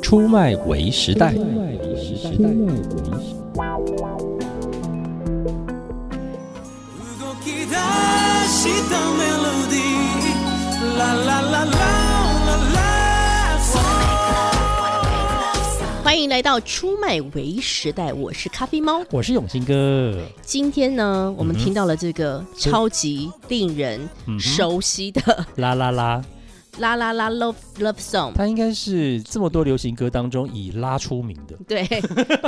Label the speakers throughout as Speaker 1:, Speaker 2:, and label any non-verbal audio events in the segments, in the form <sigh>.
Speaker 1: 出卖为时代。
Speaker 2: 動き出したメロディーラララララララ
Speaker 3: 欢迎来到出卖为时代，我是咖啡猫。
Speaker 4: 我是永兴哥，
Speaker 3: 今天
Speaker 4: 嗯
Speaker 3: 呢，我们听到了这个超级令人
Speaker 4: 嗯
Speaker 3: 熟悉的
Speaker 4: 啦啦啦，
Speaker 3: 啦啦啦 love love song。
Speaker 4: 他应该是这么多流行歌当中以拉出名的， <laughs>
Speaker 3: 对，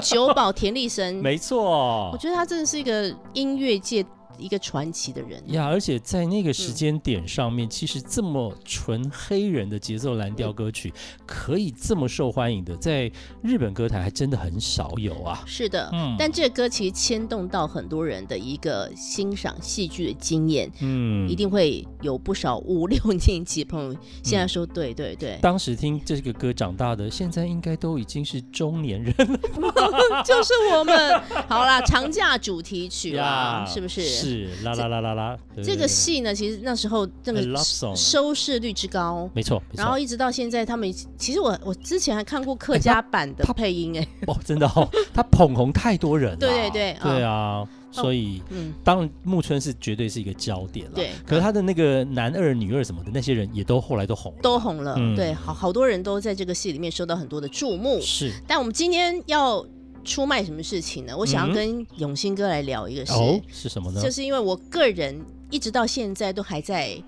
Speaker 3: 久保田利生，
Speaker 4: 没
Speaker 3: 我
Speaker 4: 错
Speaker 3: 觉得他真的是一个音乐界一个传奇的人。
Speaker 4: 呀。而且在那个时间点上面，其实这么纯黑人的节奏蓝调歌曲可以这么受欢迎的，在日本歌坛还真的很少有啊。
Speaker 3: 是的，
Speaker 4: 嗯
Speaker 3: 但这个歌其实牵动到很多人的一个欣赏戏剧的经验，
Speaker 4: 嗯
Speaker 3: 一。定会有不少五六年级朋友现在说，对对对，
Speaker 4: 当时听这个歌长大的，现在应该都已经是中年人 <laughs>
Speaker 3: <laughs> 就是我们。好啦，长假主题曲啦，
Speaker 4: <laughs> 呀，
Speaker 3: 是不是？
Speaker 4: 是啦啦啦啦啦，对
Speaker 3: 这
Speaker 4: 对
Speaker 3: 个
Speaker 4: 对
Speaker 3: 戏呢，其实那时候那
Speaker 4: I
Speaker 3: 个
Speaker 4: love song
Speaker 3: 收视率之高，
Speaker 4: 没错，没
Speaker 3: 然后
Speaker 4: 错。
Speaker 3: 一直到现在，他们其实我我之前还看过客家版的
Speaker 4: 他
Speaker 3: 配
Speaker 4: <laughs>
Speaker 3: 音，哎，
Speaker 4: 哦，真的哦，他捧红太多人了。
Speaker 3: 对对对啊
Speaker 4: 对啊，所以
Speaker 3: 嗯，
Speaker 4: 当然，木村是绝对是一个焦点了。
Speaker 3: 对
Speaker 4: 可是他的那个男二、女二什么的，那些人也都后来都红了。
Speaker 3: 都红了，
Speaker 4: 嗯
Speaker 3: 对，好好多人都在这个戏里面受到很多的注目。
Speaker 4: 是
Speaker 3: 但我们今天要出卖什么事情呢？我想
Speaker 4: 嗯
Speaker 3: 要跟永兴哥来聊一个事，
Speaker 4: 哦，是什么呢？
Speaker 3: 就是因为我个人一直到现在都还在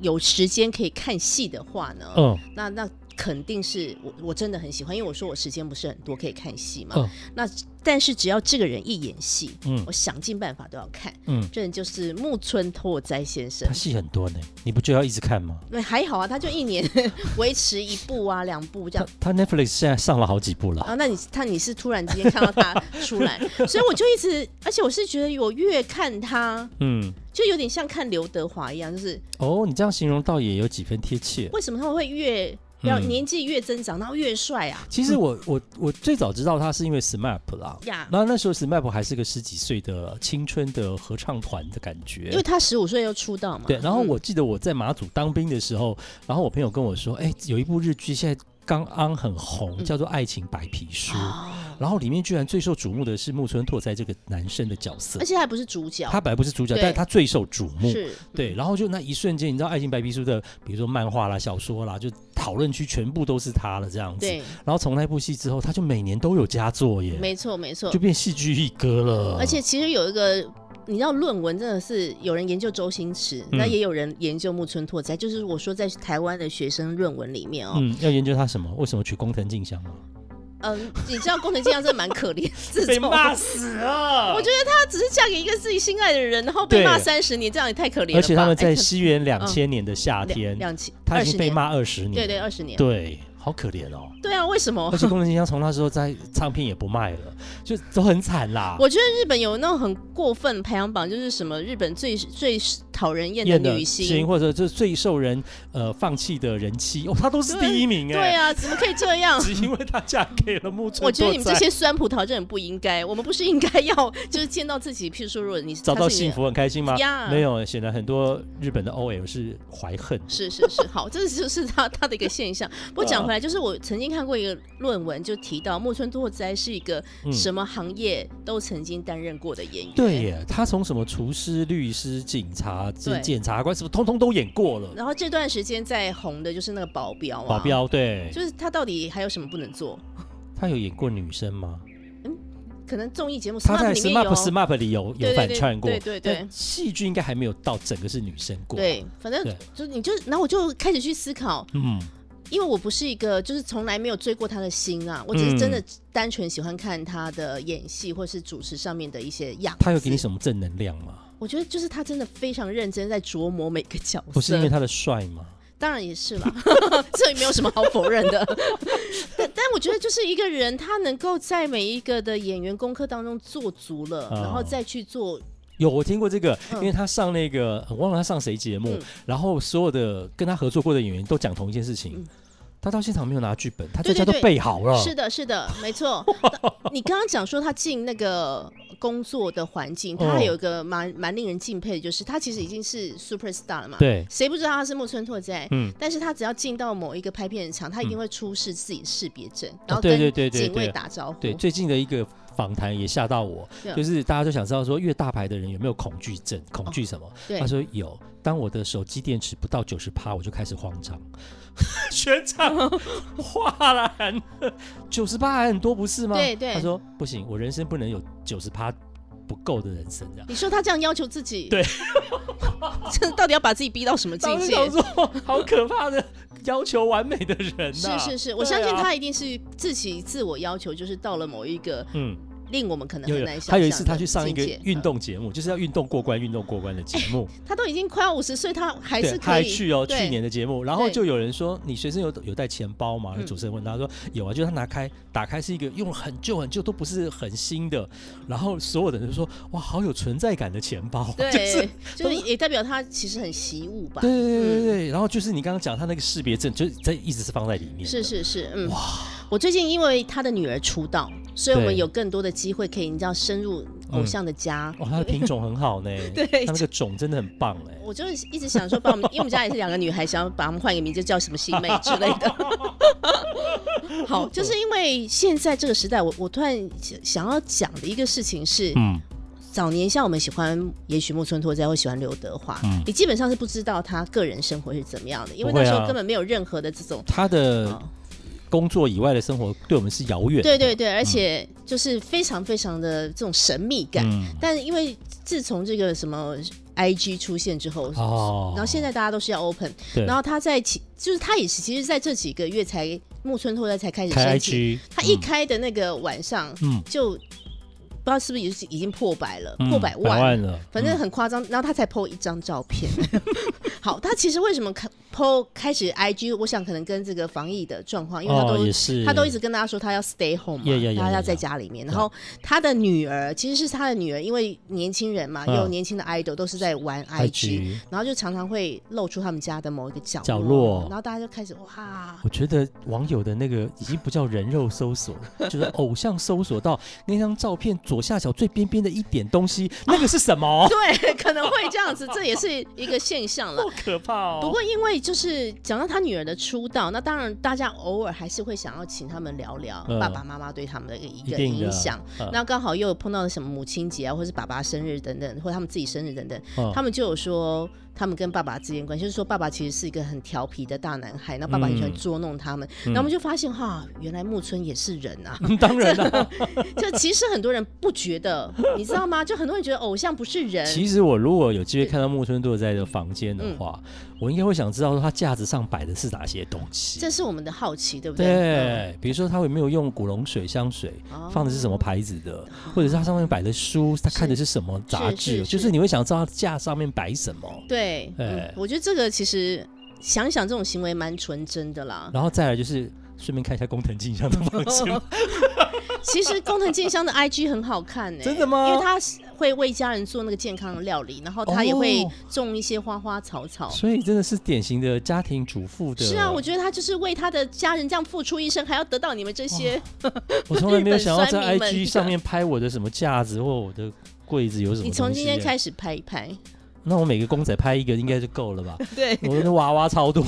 Speaker 3: 有时间可以看戏的话呢，
Speaker 4: 嗯
Speaker 3: 那那肯定是我我真的很喜欢，因为我说我时间不是很多可以看戏嘛。
Speaker 4: 嗯
Speaker 3: 那但是只要这个人一演戏，
Speaker 4: 嗯
Speaker 3: 我想尽办法都要看。
Speaker 4: 嗯，
Speaker 3: 这人就是木村拓哉先生
Speaker 4: 他。戏很多呢，你不就要一直看吗？
Speaker 3: 那还好啊，他就一年 <laughs> 维持一部啊，两部这样
Speaker 4: 他。他 Netflix 现在上了好几部了。
Speaker 3: 啊，那你他你是突然之间看到他出来，所以我就一直，而且我是觉得我越看他，
Speaker 4: 嗯，
Speaker 3: 就有点像看刘德华一样，就是
Speaker 4: 哦，你这样形容倒也有几分贴切。
Speaker 3: 为什么他会越要
Speaker 4: 嗯
Speaker 3: 年纪越增长，然后越帅啊？
Speaker 4: 其实我我我最早知道他是因为 SMAP 啦，
Speaker 3: 呀
Speaker 4: 然后那时候 SMAP 还是个十几岁的青春的合唱团的感觉，
Speaker 3: 因为他十五岁又出道嘛。
Speaker 4: 对，然后
Speaker 3: 嗯
Speaker 4: 我记得我在马祖当兵的时候，然后我朋友跟我说，哎，有一部日剧现在刚刚很红，
Speaker 3: 嗯
Speaker 4: 叫做《爱情白皮书》，
Speaker 3: 哦
Speaker 4: 然后里面居然最受瞩目的是木村拓哉这个男生的角色
Speaker 3: 而，且还不是主角，
Speaker 4: 他本来不是主角，
Speaker 3: 对
Speaker 4: 但他最受瞩目。
Speaker 3: 是嗯
Speaker 4: 对，然后就那一瞬间，你知道《爱情白皮书》的，比如说漫画啦、小说啦，就讨论区全部都是他了这样子。
Speaker 3: 对，
Speaker 4: 然后从那部戏之后，他就每年都有佳作耶，
Speaker 3: 没错没错
Speaker 4: 就。变戏剧一哥了。
Speaker 3: 而且其实有一个，你知道论文真的是有人研究周星驰，那
Speaker 4: 嗯
Speaker 3: 也有人研究木村拓哉，就是我说在台湾的学生论文里面哦，
Speaker 4: 嗯，要研究他什么？为什么娶工藤静
Speaker 3: <laughs>
Speaker 4: 香吗？
Speaker 3: 嗯，你知道工藤静香真的蛮可怜，自
Speaker 4: 被
Speaker 3: 从
Speaker 4: 骂死了！
Speaker 3: 我觉得她只是嫁给一个自己心爱的人，然后被
Speaker 4: 对
Speaker 3: 骂三十年，这样也太可怜了吧。
Speaker 4: 而且他们
Speaker 3: 哎
Speaker 4: 在西元两千年的夏天，
Speaker 3: 两千
Speaker 4: 他
Speaker 3: 二
Speaker 4: 已
Speaker 3: 十
Speaker 4: 经被
Speaker 3: 年，
Speaker 4: 骂二十年，
Speaker 3: 对对，二十年，
Speaker 4: 对好可怜哦。
Speaker 3: 对啊，为什么
Speaker 4: 而？且宫崎骏从那时候在唱片也不卖了，就都很惨啦。
Speaker 3: <laughs> 我觉得日本有那种很过分的排行榜，就是什么日本最最讨人厌的
Speaker 4: 演的
Speaker 3: 女星，
Speaker 4: 或者就是最受人呃放弃的人妻，哦，他都是第一名
Speaker 3: 对
Speaker 4: 哎，
Speaker 3: 啊，怎么可以这
Speaker 4: <laughs>
Speaker 3: 样？
Speaker 4: 只因为他嫁给了木村拓哉。
Speaker 3: <laughs> 我觉得你们这些酸葡萄真的很不应该，我们不是应该要 <laughs> 就是见到自己，譬如说，如果你
Speaker 4: 找到
Speaker 3: 他是你
Speaker 4: 幸
Speaker 3: 的
Speaker 4: 福很开心吗
Speaker 3: 呀？
Speaker 4: 没有，显然很多日本的 OL 是怀恨。
Speaker 3: 是是是，好， <laughs> 这就是他他的一个现象。
Speaker 4: 啊
Speaker 3: 不过讲回来，就是我曾经看过一个论文，就提到木村拓哉是一个
Speaker 4: 嗯
Speaker 3: 什么行业都曾经担任过的演员。
Speaker 4: 对耶，他从什么厨师、律师、警察、
Speaker 3: 对
Speaker 4: 检察官，什么通通都演过了。
Speaker 3: 然后这段时间在红的就是那个保镖啊，
Speaker 4: 保，镖对，
Speaker 3: 就是他到底还有什么不能做？
Speaker 4: 他有演过女生吗？
Speaker 3: 可能综艺节目
Speaker 4: 他
Speaker 3: SMAP
Speaker 4: 在
Speaker 3: 里面
Speaker 4: SMAP
Speaker 3: 有。啊
Speaker 4: SMAP 里有
Speaker 3: 对
Speaker 4: 有反串过，
Speaker 3: 对对对对
Speaker 4: 但戏剧应该还没有到整个是女生过。，
Speaker 3: 对，反正
Speaker 4: 对
Speaker 3: 就你就，然后我就开始去思考，
Speaker 4: 嗯，
Speaker 3: 因为我不是一个，就是从来没有追过他的心啊，我只是真
Speaker 4: 嗯
Speaker 3: 的单纯喜欢看他的演戏或是主持上面的一些样子。
Speaker 4: 他有给你什么正能量吗？
Speaker 3: 我觉得就是他真的非常认真在琢磨每个角色，
Speaker 4: 不是因为他的帅吗？
Speaker 3: 当然也是啦， <laughs> 这也没有什么好否认的。 <laughs> 但但我觉得就是一个人，他能够在每一个的演员功课当中做足了，
Speaker 4: 哦
Speaker 3: 然后再去做
Speaker 4: 有，我听过这个，
Speaker 3: 嗯
Speaker 4: 因为他上那个我忘了他上谁节目
Speaker 3: 嗯，
Speaker 4: 然后所有的跟他合作过的演员都讲同一件事情
Speaker 3: 嗯，
Speaker 4: 他到现场没有拿剧本，他在家
Speaker 3: 对对
Speaker 4: 都
Speaker 3: 对
Speaker 4: 背好了。
Speaker 3: 是的，
Speaker 4: <laughs>
Speaker 3: 是的，没错。你刚刚讲说他进那个工作的环境，
Speaker 4: 嗯
Speaker 3: 他还有一个蛮蛮令人敬佩的，就是他其实已经是 super star 了嘛。。
Speaker 4: 对，
Speaker 3: 谁不知道他是木村拓哉？
Speaker 4: 嗯，
Speaker 3: 但是他只要进到某一个拍片场，他一定会出示自己识别证，然后
Speaker 4: 对哦对
Speaker 3: 跟
Speaker 4: 对对
Speaker 3: 警卫
Speaker 4: 对
Speaker 3: 打招呼。
Speaker 4: 对，最近的一个访谈也吓到我，
Speaker 3: 对
Speaker 4: 就是大家都想知道说，越大牌的人有没有恐惧症？恐惧什么？
Speaker 3: 哦对
Speaker 4: 他说有。当我的手机电池不到九十趴，我就开始慌
Speaker 3: <laughs>
Speaker 4: 张，全场哗然。九十趴还很多，不是吗？
Speaker 3: 对对
Speaker 4: 他说不行，我人生不能有九十趴不够的人生这样。
Speaker 3: 你说他这样要求自己，
Speaker 4: 对，
Speaker 3: <laughs> 这到底要把自己逼到什么境
Speaker 4: 当时
Speaker 3: 界
Speaker 4: 想？说，好可怕的要求完美的人呐、
Speaker 3: 是是是，我
Speaker 4: 对
Speaker 3: 相
Speaker 4: 啊
Speaker 3: 信他一定是自己自我要求，就是到了某一个
Speaker 4: 嗯。
Speaker 3: 令我们可能
Speaker 4: 有
Speaker 3: 很
Speaker 4: 有
Speaker 3: 难想，象
Speaker 4: 他有一次
Speaker 3: 的
Speaker 4: 他去上一个
Speaker 3: 境界
Speaker 4: 运，动节目，就是要运动过关、运动过关的节目，
Speaker 3: 嗯他都已经快要五十岁，他还
Speaker 4: 对，
Speaker 3: 是
Speaker 4: 他
Speaker 3: 可
Speaker 4: 还
Speaker 3: 以
Speaker 4: 去哦，
Speaker 3: 对
Speaker 4: 去年的节目，然后
Speaker 3: 对
Speaker 4: 就有人说你随身有有带钱包吗？
Speaker 3: 嗯
Speaker 4: 主持人问他说有啊，就是他拿开打开是一个用很旧很旧都不是很新的，然后所有的人就说哇，好有存在感的钱包，就是
Speaker 3: 对，就
Speaker 4: 都
Speaker 3: 是
Speaker 4: 是
Speaker 3: 也代表他其实很习武吧
Speaker 4: 对，对对对对，然后就是你刚刚讲他那个识别证，就是在一直是放在里面的，
Speaker 3: 是是是，嗯，我最近因为他的女儿出道，所以我们
Speaker 4: 对
Speaker 3: 有更多的机会可以你知道深入偶像的家。
Speaker 4: 哇，他的品种很好呢，
Speaker 3: 对
Speaker 4: 他那个种真的很棒哎，
Speaker 3: 我就是一直想说，把我们，因为我们家也是两个女孩，想要把她们换一个名字，叫什么新妹之类
Speaker 4: <laughs>
Speaker 3: 的。好，就是因为现在这个时代，我我突然想想要讲的一个事情是，
Speaker 4: 嗯，
Speaker 3: 早年像我们喜欢，也许木村拓哉会喜欢刘德华，
Speaker 4: 嗯
Speaker 3: 你基本上是不知道他个人生活是怎么样的，因为
Speaker 4: 不会
Speaker 3: 那
Speaker 4: 啊
Speaker 3: 时候根本没有任何的这种。
Speaker 4: 他的
Speaker 3: 哦
Speaker 4: 工作以外的生活对我们是遥远的，
Speaker 3: 对对对，而且就是非常非常的这种神秘感。
Speaker 4: 嗯，
Speaker 3: 但因为自从这个什么 IG 出现之后，
Speaker 4: 哦，
Speaker 3: 然后现在大家都是要 open，
Speaker 4: 对
Speaker 3: 然后他在其就是他也是其实在这几个月才木村拓哉才开始
Speaker 4: 开
Speaker 3: 申请，
Speaker 4: IG，
Speaker 3: 他一开的那个晚上、
Speaker 4: 嗯
Speaker 3: 就不知道是不是已经已经破百了，
Speaker 4: 嗯
Speaker 3: 破百
Speaker 4: 百
Speaker 3: 万。
Speaker 4: 万了，
Speaker 3: 反正很夸张，然后他才 PO 一张照片。 <laughs> 好，他其实为什么开 PO 开始 IG？我想可能跟这个防疫的状况，因为他都、
Speaker 4: 哦也是
Speaker 3: 他都一直跟大家说他要 stay home 嘛，
Speaker 4: 呀呀呀
Speaker 3: 他
Speaker 4: 呀
Speaker 3: 要
Speaker 4: 呀
Speaker 3: 在家里面。然后他的女儿其实是他的女儿，因为年轻人嘛，
Speaker 4: 嗯
Speaker 3: 有年轻的 idol 都是在玩 IG，
Speaker 4: IG。
Speaker 3: 然后就常常会露出他们家的某一个角落，
Speaker 4: 角落
Speaker 3: 然后大家就开始哇，
Speaker 4: 我觉得网友的那个已经不叫人肉搜索，就是偶像搜索到那张照片左下角最边边的一点东西，那个是什么？
Speaker 3: 对，可能会这样子，这也是一个现象
Speaker 4: <laughs>
Speaker 3: 了
Speaker 4: 好。可怕哦！
Speaker 3: 不过，因为就是讲到他女儿的出道，那当然大家偶尔还是会想要请他们聊聊
Speaker 4: 嗯
Speaker 3: 爸爸妈妈对他们的一
Speaker 4: 一
Speaker 3: 个
Speaker 4: 定的
Speaker 3: 影响。
Speaker 4: 嗯
Speaker 3: 那刚好又有碰到什么母亲节啊，或是爸爸生日等等，或他们自己生日等等，
Speaker 4: 嗯
Speaker 3: 他们就有说他们跟爸爸之间关系，就是说爸爸其实是一个很调皮的大男孩，那爸爸很喜欢
Speaker 4: 嗯
Speaker 3: 捉弄他们，然后我们就发现哈，原来木村也是人啊， <laughs>
Speaker 4: 嗯当然了、
Speaker 3: 就其实很多人不觉得，你知道吗？就很多人觉得偶像不是人，
Speaker 4: 其实我如果有机会看到木村拓哉的房间
Speaker 3: 嗯
Speaker 4: 的话，我应该会想知道说他架子上摆的是哪些东西。
Speaker 3: 这是我们的好奇，对不对？嗯
Speaker 4: 对，比如说他有没有用古龙水香水，
Speaker 3: 哦
Speaker 4: 放的是什么牌子的，或者是他上面摆的书，他看的是什么杂
Speaker 3: 是是
Speaker 4: 志，
Speaker 3: 是
Speaker 4: 就是你会想知道他架上面摆什么。
Speaker 3: 对，嗯
Speaker 4: 哎，
Speaker 3: 我觉得这个其实想想这种行为蛮纯真的啦。 <laughs>
Speaker 4: 然后再来就是顺便看一下工藤静香的房间，
Speaker 3: 其实工藤静香的 IG 很好看呢、
Speaker 4: 真的吗
Speaker 3: 因为她会为家人做那个健康的料理，然后她也会
Speaker 4: 哦
Speaker 3: 种一些花花草草。
Speaker 4: 所以真的是典型的家庭主妇的。
Speaker 3: 是啊，我觉得她就是为她的家人这样付出一生，还要得到你们这些。
Speaker 4: 我从来没有想要在
Speaker 3: 日本酸民
Speaker 4: IG
Speaker 3: 们
Speaker 4: 上面拍我的什么架子或我的柜子有什么。啊
Speaker 3: 你从今天开
Speaker 4: 始，
Speaker 3: 始拍
Speaker 4: <laughs>
Speaker 3: 一拍，
Speaker 4: 那我每个公仔拍一个应该就够了
Speaker 3: <laughs>
Speaker 4: 吧？
Speaker 3: 对，
Speaker 4: 我的娃娃超多。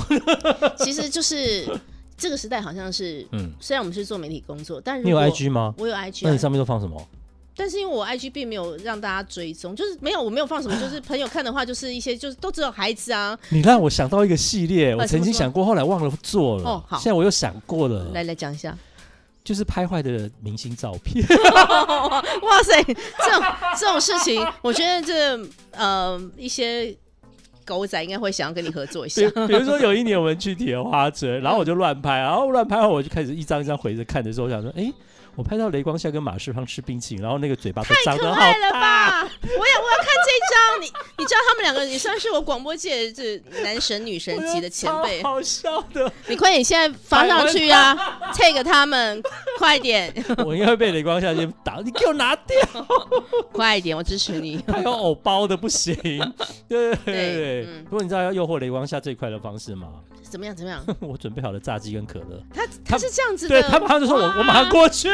Speaker 3: 其实就是这个时代好像是，
Speaker 4: 嗯，
Speaker 3: 虽然我们是做媒体工作，但如
Speaker 4: 你有
Speaker 3: 果
Speaker 4: IG 吗？
Speaker 3: 我有 IG，、
Speaker 4: 那
Speaker 3: 啊
Speaker 4: 你、上面都放什么？
Speaker 3: 但是因为我 IG 并没有让大家追踪，就是没有我没有放什么，
Speaker 4: <laughs>
Speaker 3: 就是朋友看的话，就是一些就是都只有孩子啊。
Speaker 4: 你让我想到一个系列，我
Speaker 3: 呃
Speaker 4: 曾经
Speaker 3: 什么
Speaker 4: 想过，后来忘了做了。
Speaker 3: 哦好
Speaker 4: 现在我又想过了，
Speaker 3: 来来讲一下， <laughs>
Speaker 4: 就是拍坏的明星照片。
Speaker 3: 哇塞，这种这种事情，我觉得这呃一些狗仔应该会想要跟你合作一下
Speaker 4: 比。比如说有一年我们去铁花村，然后我就乱拍，然后乱拍后我就开始一张一张回着看的时候，我想说，哎，我拍到雷光夏跟马世芳吃冰淇淋，然后那个嘴巴都张
Speaker 3: 可
Speaker 4: 得好
Speaker 3: 爱 <laughs> 了
Speaker 4: 大，
Speaker 3: 吧！我也我要看这一张，你你知道他们两个也算是我广播界这男神女神
Speaker 4: 我
Speaker 3: 级
Speaker 4: 觉
Speaker 3: 的
Speaker 4: 得
Speaker 3: 前
Speaker 4: 超
Speaker 3: 辈，
Speaker 4: 好笑的。
Speaker 3: 你快点现在发上去啊，take 他们，快点， <laughs>
Speaker 4: 我应该会被雷光下先打，你给我拿掉，
Speaker 3: 快点，我支持你。
Speaker 4: 还有偶包的不行。 <laughs> 对对
Speaker 3: 对
Speaker 4: 对
Speaker 3: 嗯
Speaker 4: 不过你知道要诱惑雷光下最快的方式吗？ <laughs>
Speaker 3: 怎么样？怎么样？
Speaker 4: 我准备好了炸鸡跟可乐，
Speaker 3: 他
Speaker 4: 他
Speaker 3: 他是这样子的，
Speaker 4: 对他马上就说我我马上过去。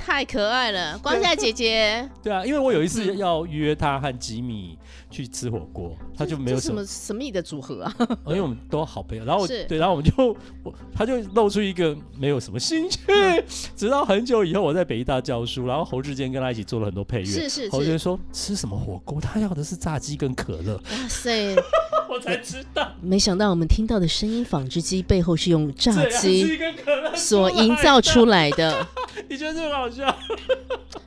Speaker 3: 太可爱了，光夏姐姐，
Speaker 4: 对啊，因为我有一次要约他和吉米去吃火锅，他就没有
Speaker 3: 这是
Speaker 4: 什
Speaker 3: 什
Speaker 4: 么
Speaker 3: 么，神秘的组合啊？
Speaker 4: 因为我们都好朋友，然后我
Speaker 3: 是
Speaker 4: 对，然后我们就我他就露出一个没有什么兴趣， <laughs> 直到很久以后我在北医大教书，然后侯志坚跟他一起做了很多配乐，
Speaker 3: 是是
Speaker 4: 侯志坚
Speaker 3: 是，
Speaker 4: 说吃什么火锅，他要的是炸鸡跟可乐，
Speaker 3: 哇塞！
Speaker 4: <laughs> 我才知道
Speaker 3: 没想到我们听到的声音纺织机背后是用炸
Speaker 4: <laughs> 这鸡
Speaker 3: 鸡
Speaker 4: 跟可乐
Speaker 3: 所营造出来的，
Speaker 4: 来的， <laughs> 你觉得这很好 <laughs> 笑？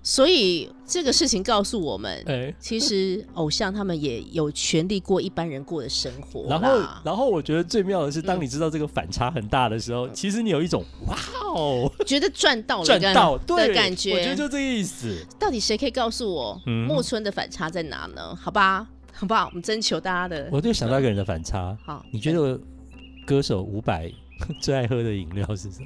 Speaker 3: 所以这个事情告诉我们，
Speaker 4: 哎。
Speaker 3: 其实偶像他们也有权利过一般人过的生活
Speaker 4: 然
Speaker 3: 啦。
Speaker 4: 后，然后我觉得最妙的是，当你知道这个反差很大的时候，其实你有一种哇哦，
Speaker 3: 觉得赚到了
Speaker 4: 赚
Speaker 3: 感
Speaker 4: 到
Speaker 3: 的
Speaker 4: 对
Speaker 3: 感
Speaker 4: 我觉得
Speaker 3: 觉。
Speaker 4: 就这个意思。
Speaker 3: 到底谁可以告诉我
Speaker 4: 嗯
Speaker 3: 木村的反差在哪呢？好吧，好不好？我们征求大家
Speaker 4: <laughs>
Speaker 3: 的
Speaker 4: 我就想到一个人的反差，
Speaker 3: 好。
Speaker 4: 你觉得歌手伍佰 <laughs> 最爱喝的饮料是什么？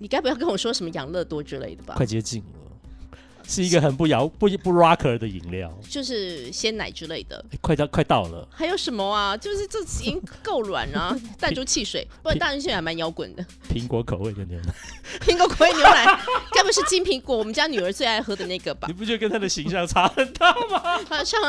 Speaker 3: 你该不要跟我说什么养乐多之类的吧
Speaker 4: 快？接近了，是一个很不摇不不 rocker 的饮料，
Speaker 3: 就是鲜奶之类的。
Speaker 4: 哎快到快到了。
Speaker 3: 还有什么啊？就是这已经够软了、 <laughs> 弹珠汽水，不然弹珠汽水还蛮摇滚的。
Speaker 4: 苹果口味的牛奶，
Speaker 3: <laughs> 苹果口味牛奶， <laughs> 该不是金苹果？我们家女儿最爱喝的那 <laughs> 个吧
Speaker 4: <laughs> 你？不觉得跟他的形象差很大吗？
Speaker 3: 好像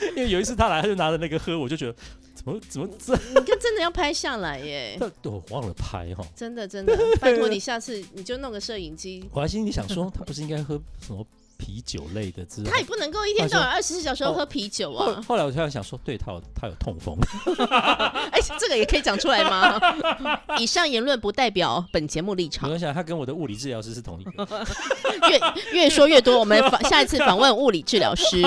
Speaker 4: 因为有一次他来，他就拿着那个喝，我就觉得怎么怎么这
Speaker 3: 你看真的要拍下来耶，
Speaker 4: 这 <laughs> 我忘了拍哈。
Speaker 3: 真的 <laughs> 真的，拜托你下次你就弄个摄影机，
Speaker 4: 我还心里想说，他不是应该喝什么啤酒类的之类
Speaker 3: 他也
Speaker 4: 的？
Speaker 3: 不能够一天到晚二十四小时都喝啤酒
Speaker 4: 后
Speaker 3: 啊。
Speaker 4: 后来我突然想说，对他有他有痛风，
Speaker 3: <laughs> 哎，这个也可以讲出来 <laughs> 吗？以上言论不代表本节目立
Speaker 4: 没
Speaker 3: 场。
Speaker 4: 关系啊，他跟我的物理治疗师是同一个。
Speaker 3: 越越说越多，我们访下一次访问物理治疗师。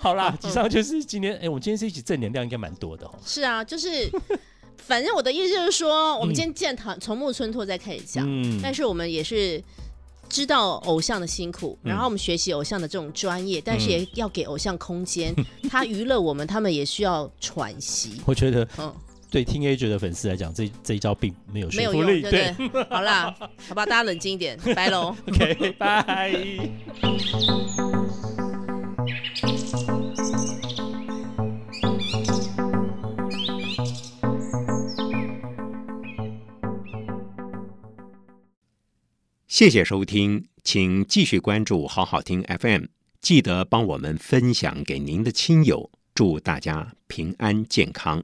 Speaker 4: 好啦， <laughs> 以上就是今天，哎、我们今天这一集正能量应该蛮多的哦。
Speaker 3: 是啊，就是 <laughs> 反正我的意思就是说，我们今天见唐从木村拓哉开始讲，
Speaker 4: 嗯
Speaker 3: 但是我们也是。知道偶像的辛苦，
Speaker 4: 嗯
Speaker 3: 然后我们学习偶像的这种专业，但是
Speaker 4: 嗯
Speaker 3: 也要给偶像空间。他娱乐我们，他们也需要喘息。
Speaker 4: 我觉得
Speaker 3: 嗯，
Speaker 4: 对听 A 觉的粉丝来讲，这这一招并没有
Speaker 3: 没
Speaker 4: 说
Speaker 3: 有
Speaker 4: 服
Speaker 3: 用，
Speaker 4: 力。
Speaker 3: 对不对？好啦，好吧，大家冷静一点，拜喽。 <laughs>
Speaker 4: ，OK，拜。
Speaker 1: 谢谢收听，请继续关注好好听 FM，记得帮我们分享给您的亲友，祝大家平安健康。